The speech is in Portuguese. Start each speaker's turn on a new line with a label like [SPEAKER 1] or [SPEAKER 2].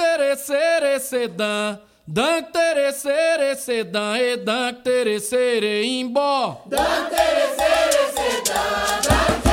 [SPEAKER 1] terecere sedan. Dank terecere sedan. E dank terecere imbó.
[SPEAKER 2] Dan teresere sedan. Dan